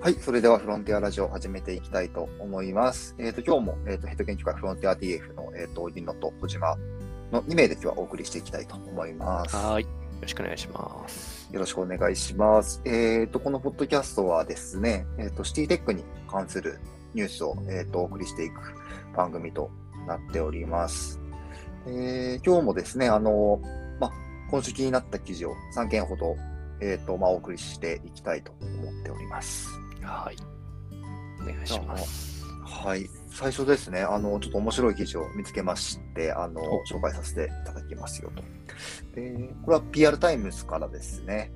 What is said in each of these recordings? はい、それではフロンティアラジオを始めていきたいと思います。えっ、ー、と、今日も、えっ、ー、と、ヘッド研究会フロンティア TF の、えっ、ー、と、銀野と小島の2名で今日はお送りしていきたいと思います。はい。よろしくお願いします。よろしくお願いします。えっ、と、このポッドキャストはですね、えっ、と、シティテックに関するニュースを、えっ、と、お送りしていく番組となっております。え今日もですね、あの、ま、今週気になった記事を3件ほど、えっ、と、まあ、お送りしていきたいと思っております。はい。お願いします。はい。最初ですね、あの、ちょっと面白い記事を見つけまして、あの、紹介させていただきますよと。で、これは PR タイムズからですね。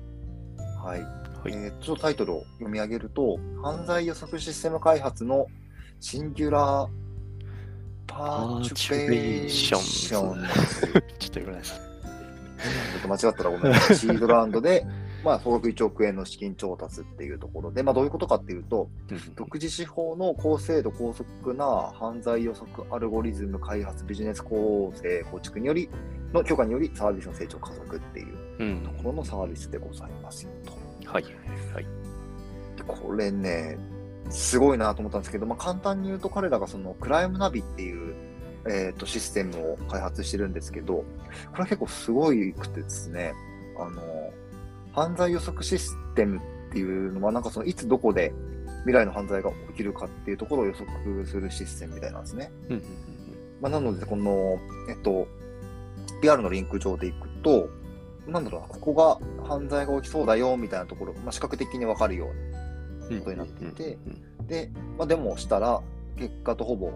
はい。はい、えー、ちょっとタイトルを読み上げると、犯罪予測システム開発のシンギュラーパーチュペーション。ちょっとごめんなさい。 ちょっと間違ったらごめんなさい。シードラウンドで、まあ、総額1億円の資金調達っていうところで、まあ、どういうことかっていうと、独自手法の高精度、高速な犯罪予測アルゴリズム開発ビジネス構成構築により、の許可によりサービスの成長加速っていうところのサービスでございますよと。うん、はい、はい、これね、すごいなと思ったんですけど、まあ、簡単に言うと、彼らがそのクライムナビっていう、えー、とシステムを開発してるんですけど、これは結構すごいくてですね、あの犯罪予測システムっていうのは、なんかそのいつどこで未来の犯罪が起きるかっていうところを予測するシステムみたいなんですね。まなので、この、えっと、PR のリンク上でいくと、なんだろうな、ここが犯罪が起きそうだよみたいなところ、まあ、視覚的にわかるようなことになっていて、で、まあ、でもしたら、結果とほぼ、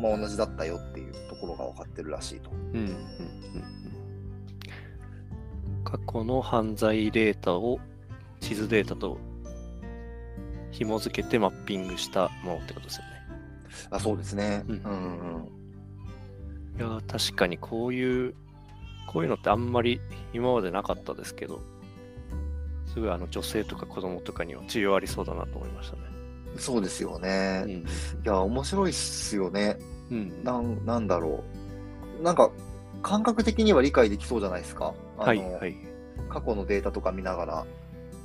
まあ、同じだったよっていうところが分かってるらしいと。うんうんうん過去の犯罪データを地図データと紐付けてマッピングしたものってことですよね。あそうですね。うん、うん、いや確かにこういうこういうのってあんまり今までなかったですけどすごいあの女性とか子供とかには需要ありそうだなと思いましたね。そうですよね。うん、いや面白いっすよね。うん、なんなんだろう。なんか感覚的には理解できそうじゃないですか。はい、はい、過去のデータとか見ながら、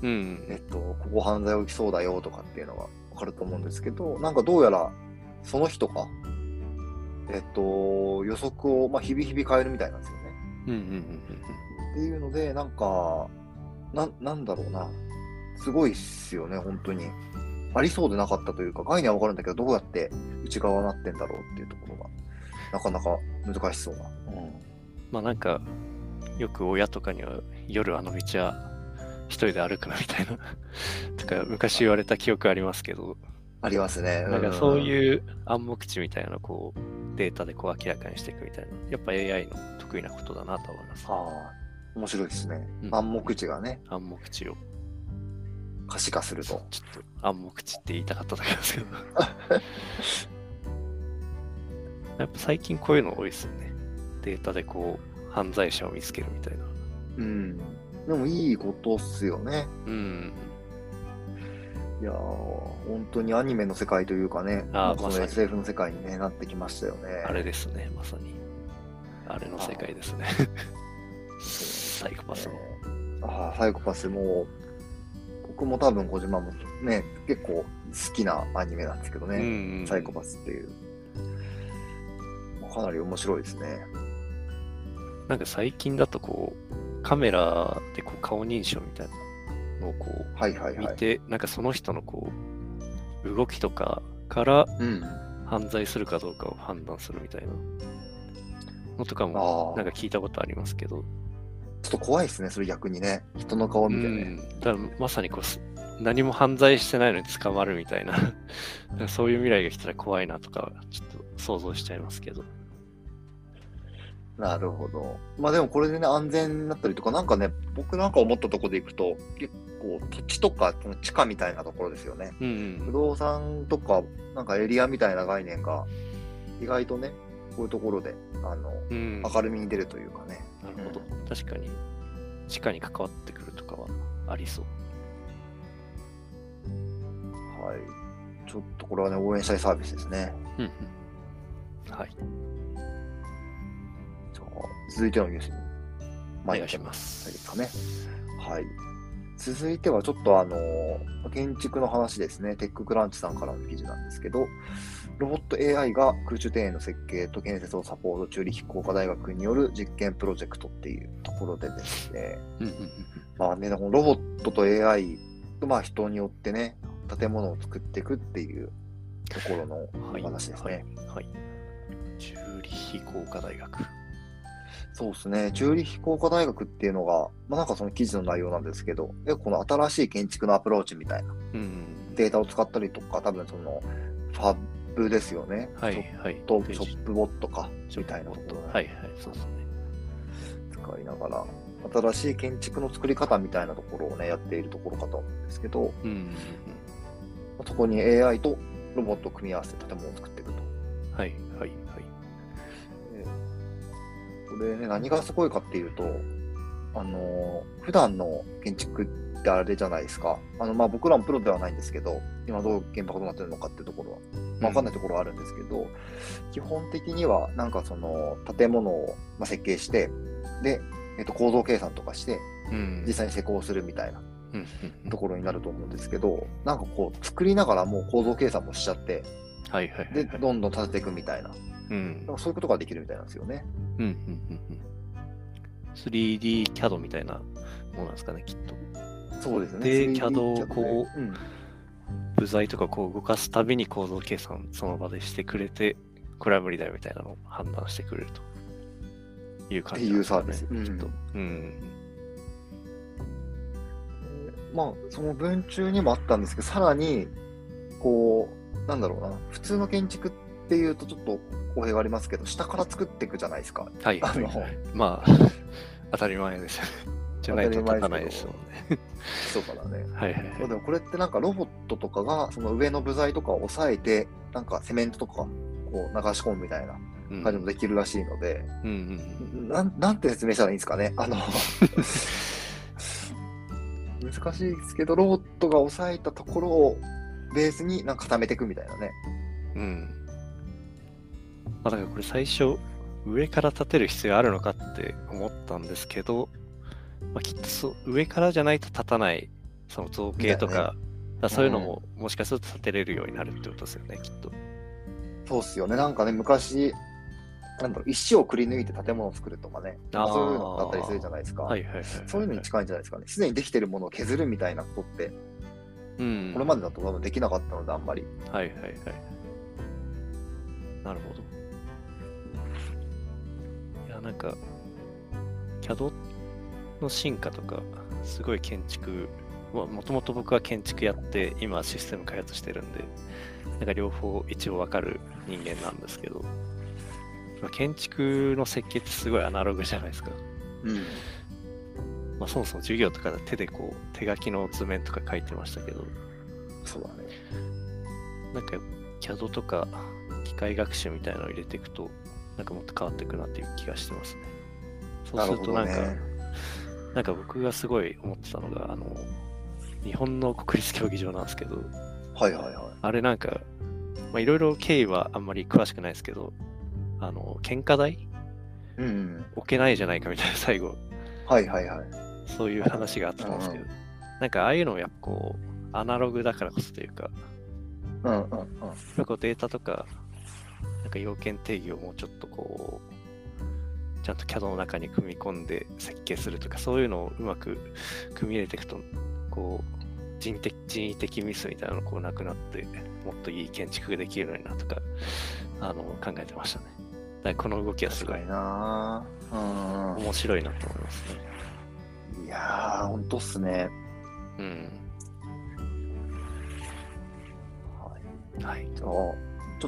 うん、うん、えっと、ここ犯罪起きそうだよとかっていうのは分かると思うんですけど、なんかどうやら、その日とか、えっと、予測を、まあ、日々日々変えるみたいなんですよね。うんうんうんうん、っていうので、なんか、ななんだろうな、すごいっすよね、本当に。ありそうでなかったというか、概念は分かるんだけど、どうやって内側になってんだろうっていうところが、なかなか難しそうな。うんまあなんか、よく親とかには夜あの道は一人で歩くなみたいな とか昔言われた記憶ありますけど。ありますね。なんかそういう暗黙知みたいなのこうデータでこう明らかにしていくみたいな。やっぱ AI の得意なことだなと思います。ああ、面白いですね。うん、暗黙知がね。暗黙知を。可視化すると。ちょっと暗黙知って言いたかっただけですけどやっぱ最近こういうの多いですよね。データでこう犯罪者を見つけるみたいな。うん。でもいいことっすよね。うん。いやー、本当にアニメの世界というかね、あこの SF の世界に、ね、なってきましたよね。あれですね、まさに。あれの世界ですね。 サイコパスも。ああ、サイコパスも、僕も多分小島もね、結構好きなアニメなんですけどね、うんうん、サイコパスっていう。かなり面白いですね。なんか最近だとこうカメラでこう顔認証みたいなのをこう見て、なんかその人のこう動きとかから犯罪するかどうかを判断するみたいなのとかもなんか聞いたことありますけど。ちょっと怖いですね、それ逆にね。人の顔見てね。うん、だまさにこう何も犯罪してないのに捕まるみたいな そういう未来が来たら怖いなとか、ちょっと想像しちゃいますけど。なるほど。まあでもこれでね、安全になったりとか、なんかね、僕なんか思ったところでいくと、結構土地とか地下みたいなところですよね。うんうん、不動産とか、なんかエリアみたいな概念が、意外とね、こういうところで、あの、うん、明るみに出るというかね。なるほど。うん、確かに、地下に関わってくるとかはありそう。はい。ちょっとこれはね、応援したいサービスですね。うん、うん、はい。続いてのニュースに参ります。はい、ね。はい。続いてはちょっとあのー建築の話ですね、テッククランチさんからの記事なんですけど、ロボット AI が空中庭園の設計と建設をサポート中立工科大学による実験プロジェクトっていうところでですね、うんうんうんまあね、このロボットと AI とまあ人によってね、建物を作っていくっていうところのはい。お話ですね。はい。はい。チューリヒ工科大学。そうですね、チューリヒ工科大学っていうのが、まあ、なんかその記事の内容なんですけど、結構この新しい建築のアプローチみたいなうん。データを使ったりとか、多分そのファブですよね。はちい。はい。ょっとショップボットかちょみっとたいなもとっことろはいはい。そうですね。使いながら、新しい建築の作り方みたいなところをね、やっているところかと思うんですけど、うんうんそこに AI とロボットを組み合わせて建物を作っていくと。うん。はい。はい。はい。これね、何がすごいかっていうと、あのー普段の建築ってあれじゃないですか。あの、まあ、僕らもプロではないんですけど、今どう原爆どうなってるのかっていうところは、まあわかんないところはあるんですけど、基本的には、なんかその、建物をまあ設計して、で、えっと、構造計算とかして、うん。実際に施工するみたいなうんうんところになると思うんですけど、なんかこう、作りながらもう構造計算もしちゃって、はいはいはい。で、どんどん建てていくみたいな、なんうん。かそういうことができるみたいなんですよね。うんうんうんうん。3D CAD みたいなものなんですかね、きっと。そうですね。で 3D CAD をこう、うん、部材とかこう動かすたびに構造計算その場でしてくれて、これは無理だよみたいなのを判断してくれるという感じなんですかね。っていうサービスきっとう。うん。まあ、その文中にもあったんですけど、さらに、こう、なんだろうな、普通の建築っていうとちょっと語弊がありますけど、下から作っていくじゃないですか。はいあはい、のはい。まあ、 当たり前ですよね。じゃないと立たないですもんね。そうからね。はいはいまあは。でもこれってなんかロボットとかが、その上の部材とかを押さえて、なんかセメントとか、こう流し込むみたいないうん感じもできるらしいので、うんうんなんなんて説明したらいいんですかね。あの、 難しいですけど、ロボットが押さえたところをベースになんか固めていくみたいなね。うん。うん。まあだからこれ最初、上から立てる必要あるのかって思ったんですけど、まあ、きっとそう上からじゃないと立たない、その造形とみたいか、だからそういうのも、もしかすると立てれるようになるってことですよね、きっと。そうっすよね。なんかね、昔、なんだろう、石をくり抜いて建物を作るとかね、あーそういうのだったりするじゃないですか。はいはいはい、はい。そういうのに近いんじゃないですかね。すでにできてるものを削るみたいなことって、うん。これまでだと多分できなかったので、あんまり。はいはいはい。なるほど。いや、なんか、CAD の進化とか、すごい建築、まあもともと僕は建築やって、今システム開発してるんで、なんか両方一応わかる人間なんですけど、まあ建築の設計ってすごいアナログじゃないですか。うん。まあ、そもそも授業とかで手でこう、手書きの図面とか書いてましたけど、そうだね。なんか CAD とか機械学習みたいなのを入れていくと、なんかもっと変わっていくなっていう気がしてますね。そうなするるほとどなんか、ね。なんか僕がすごい思ってたのが、あの、日本の国立競技場なんですけど、はいはいはあれなんか、まあいろいろ経緯はあんまり詳しくないですけど、あの、喧嘩台い。うん。置けないじゃないかみたいな 最後、はいはいはい。そういう話があったんですけど、なんかああいうのもやっぱこう、アナログだからこそというか、うんうんうん。なんかデータとか、なんか要件定義をもうちょっとこう、ちゃんと CAD の中に組み込んで設計するとか、そういうのをうまく組み入れていくと、こう、人的人為的ミスみたいなのこうなくなって、もっといい建築ができるのになとか、あの、考えてましたね。だからこの動きはすすごごいいなぁ。面白いなと思いますね。うん。いやー、ほんとっすね。うん。はい。はい。じゃあ、ちょ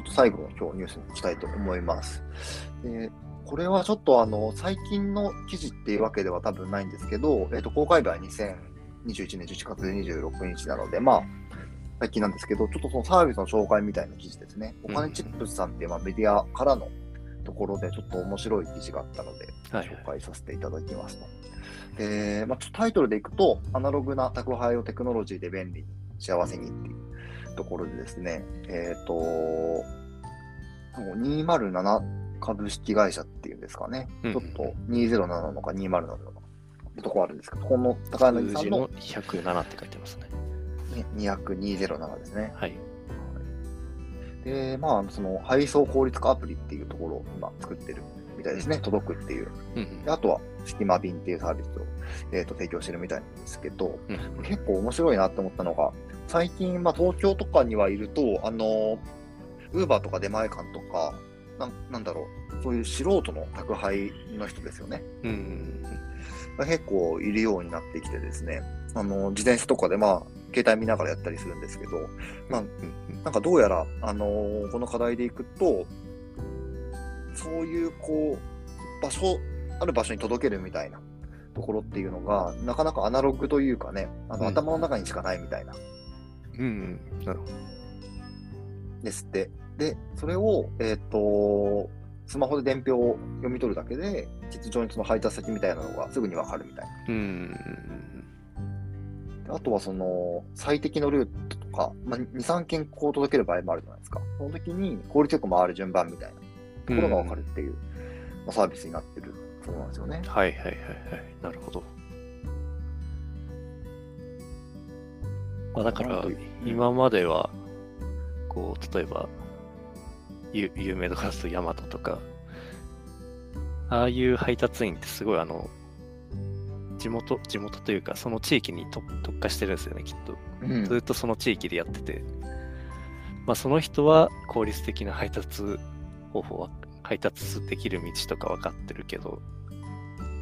っと最後の今日ニュースに行きたいと思います。でこれはちょっとあの最近の記事っていうわけでは多分ないんですけど、えっと公開日は2021年11月26日なので、まあ、最近なんですけど、ちょっとそのサービスの紹介みたいな記事ですね。おうん金チップスさんっていうまあメディアからのところでちょっと面白い記事があったので、はい紹介させていただきますと。で、まあ、ちょっとタイトルでいくと、アナログな宅配をテクノロジーで便利に幸せにっていうところでですね、えっ、と、207株式会社っていうんですかね、うんちょっと207のか207のかとこあるんですけど、この高柳数さん字のの107って書いてますね。 20207ですね。はい。で、まあ、その配送効率化アプリっていうところを今作ってるみたいですね。届くっていう。うんであとは、スキマ便っていうサービスを、えーと提供してるみたいなんですけど、うん。うん結構面白いなと思ったのが、最近、まあ、東京とかにはいると、あの、ウーバーとか出前館とか、なんなんだろう、そういう素人の宅配の人ですよね。うんうんが結構いるようになってきてですね、あの、自転車とかで、まあ、携帯見ながらやったりするんですけど、まあ、うんうんなんかどうやら、あのーこの課題でいくと、そういう、こう、場所、ある場所に届けるみたいなところっていうのが、なかなかアナログというかね、あのうん頭の中にしかないみたいな、うんうん。なるほど。ですって。で、それを、えっ、と、スマホで伝票を読み取るだけで、実情にその配達先みたいなのがすぐにわかるみたいな。うんうんであとは、その、最適のルートとか、まあ、2、3件こう届ける場合もあるじゃないですか。その時に効率よく回る順番みたいな。うん。ところがわかるっていう、まあサービスになってるそうなんですよねう。ん。はいはいはいはい。なるほど。まあだかなんらという、今までは、こう、例えば、ゆ有名とかだとヤマトとか、ああいう配達員ってすごいあの、地元、地元というか、その地域にと特化してるんですよね、きっと。うんずっとその地域でやってて、まあ、その人は効率的な配達方法は、配達できる道とか分かってるけど、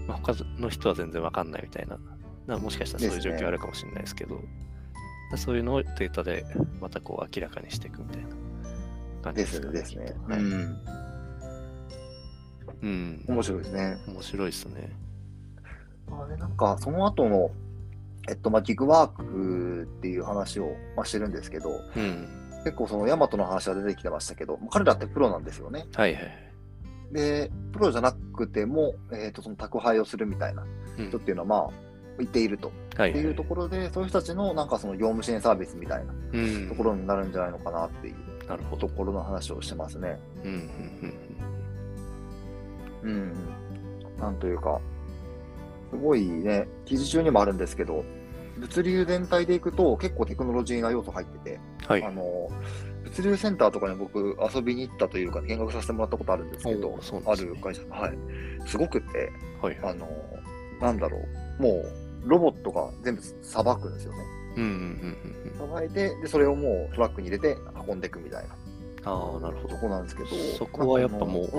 まあ、他の人は全然分かんないみたいな、なもしかしたらそういう状です況ねあるかもしれないですけど、そういうのをデータでまたこう明らかにしていくみたいな感でじですすかね、ね。ですねきっ。とうはいん。うん。面白いですね。面白いですね。あれなんか、その後の、えっと、まあ、ギグワークっていう話を、まあ、してるんですけど、うん。結構そのヤマトの話は出てきてましたけど、まあ彼らってプロなんですよね。はいはいはい。で、プロじゃなくても、えっと、その宅配をするみたいなうん人っていうのは、まあ、いていると。っはいてはいいうところで、そういう人たちの、なんかその業務支援サービスみたいなうんところになるんじゃないのかなっていうなるほとど。ころの話をしてますね。うんうんうんうん、なんというか、すごいね、記事中にもあるんですけど、物流全体でいくと結構テクノロジーな要素入ってて、うん。はいあ。の、物流センターとかに僕遊びに行ったというか、見学させてもらったことあるんですけどおー、そうなあんですねる会社、はい。すごくて、はいはあい。の、なんだろう、もう、ロボットが全部さばくんですよね。うんうんうんうんうん。さばいて、で、それをもうトラックに入れて運んでいくみたいなああ、なるほどと。こなんですけど。そこはやっぱもうなんか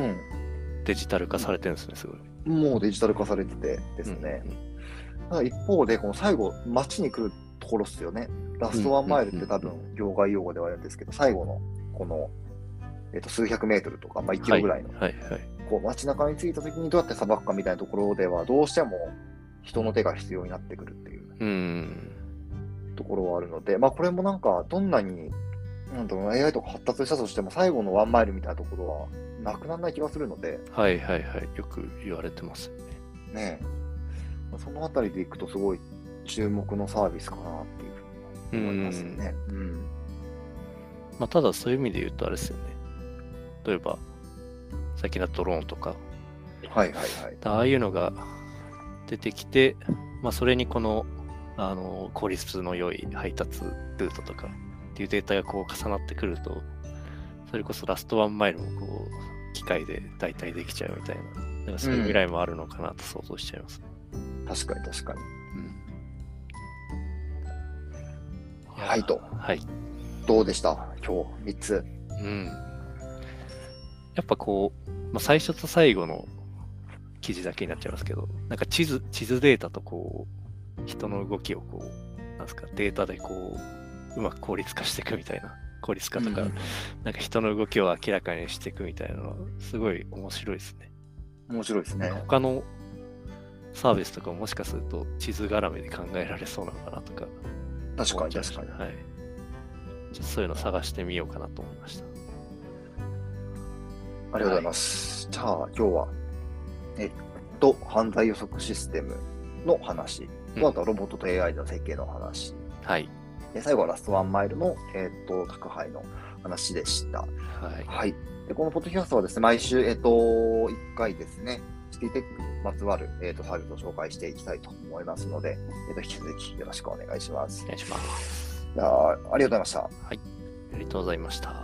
デジタル化されてるんですね、すごい。あのうん、もうデジタル化されててですね。うんただ一方で、この最後、街に来るところっすよね。ラストワンマイルって多分、業界用語ではあるんですけど、最後の、この、えっと、数百メートルとか、まあ、1キロぐらいの、はいはい。こう、街中に着いた時にどうやってさばくかみたいなところでは、どうしても人の手が必要になってくるっていううん。ところはあるので、まあ、これもなんか、どんなに、なんだろうな、AI とか発達したとしても、最後のワンマイルみたいなところは、なくならない気がするので、はいはいはい。よく言われてますよね。ねえ、まあそのあたりでいくと、すごい注目のサービスかなっていうふうに思いますよね。うんまあ、ただそういう意味で言うとあれですよね。例えば、最近だとドローンとか、はいはいはい。ああいうのが出てきて、まあ、それにこの、あの、効率の良い配達ルートとかっていうデータがこう重なってくると、それこそラストワンマイルもこう、機械で代替できちゃうみたいな、なんかそういう未来もあるのかなと想像しちゃいますね。確かに確かに。うんやはいとはい。どうでした今日3つ。うん。やっぱこう、まあ、最初と最後の記事だけになっちゃいますけど、なんか地図、地図データとこう、人の動きをこう、なんですか、データでこう、うまく効率化していくみたいな、効率化とか、うんなんか人の動きを明らかにしていくみたいなのは、すごい面白いですね。面白いですね。他のサービスとかももしかすると地図絡みで考えられそうなのかなとか、確かに思っ確ちゃかいにまし。たはい。ちょっとそういうの探してみようかなと思いました。ありがとうございます。じゃあ今日は、えっと、犯罪予測システムの話うんと、あとはロボットと AI の設計の話。はい。で最後はラストワンマイルの、えっと、宅配の話でした。はい。はい。で、このポッドキャストはですね、毎週、えっと、1回ですね、シティテックにまつわる、えー、とサービスを紹介していきたいと思いますので、えー、と引き続きよろしくお願いします。お願いします。いやーありがとうございました。ありがとうございました。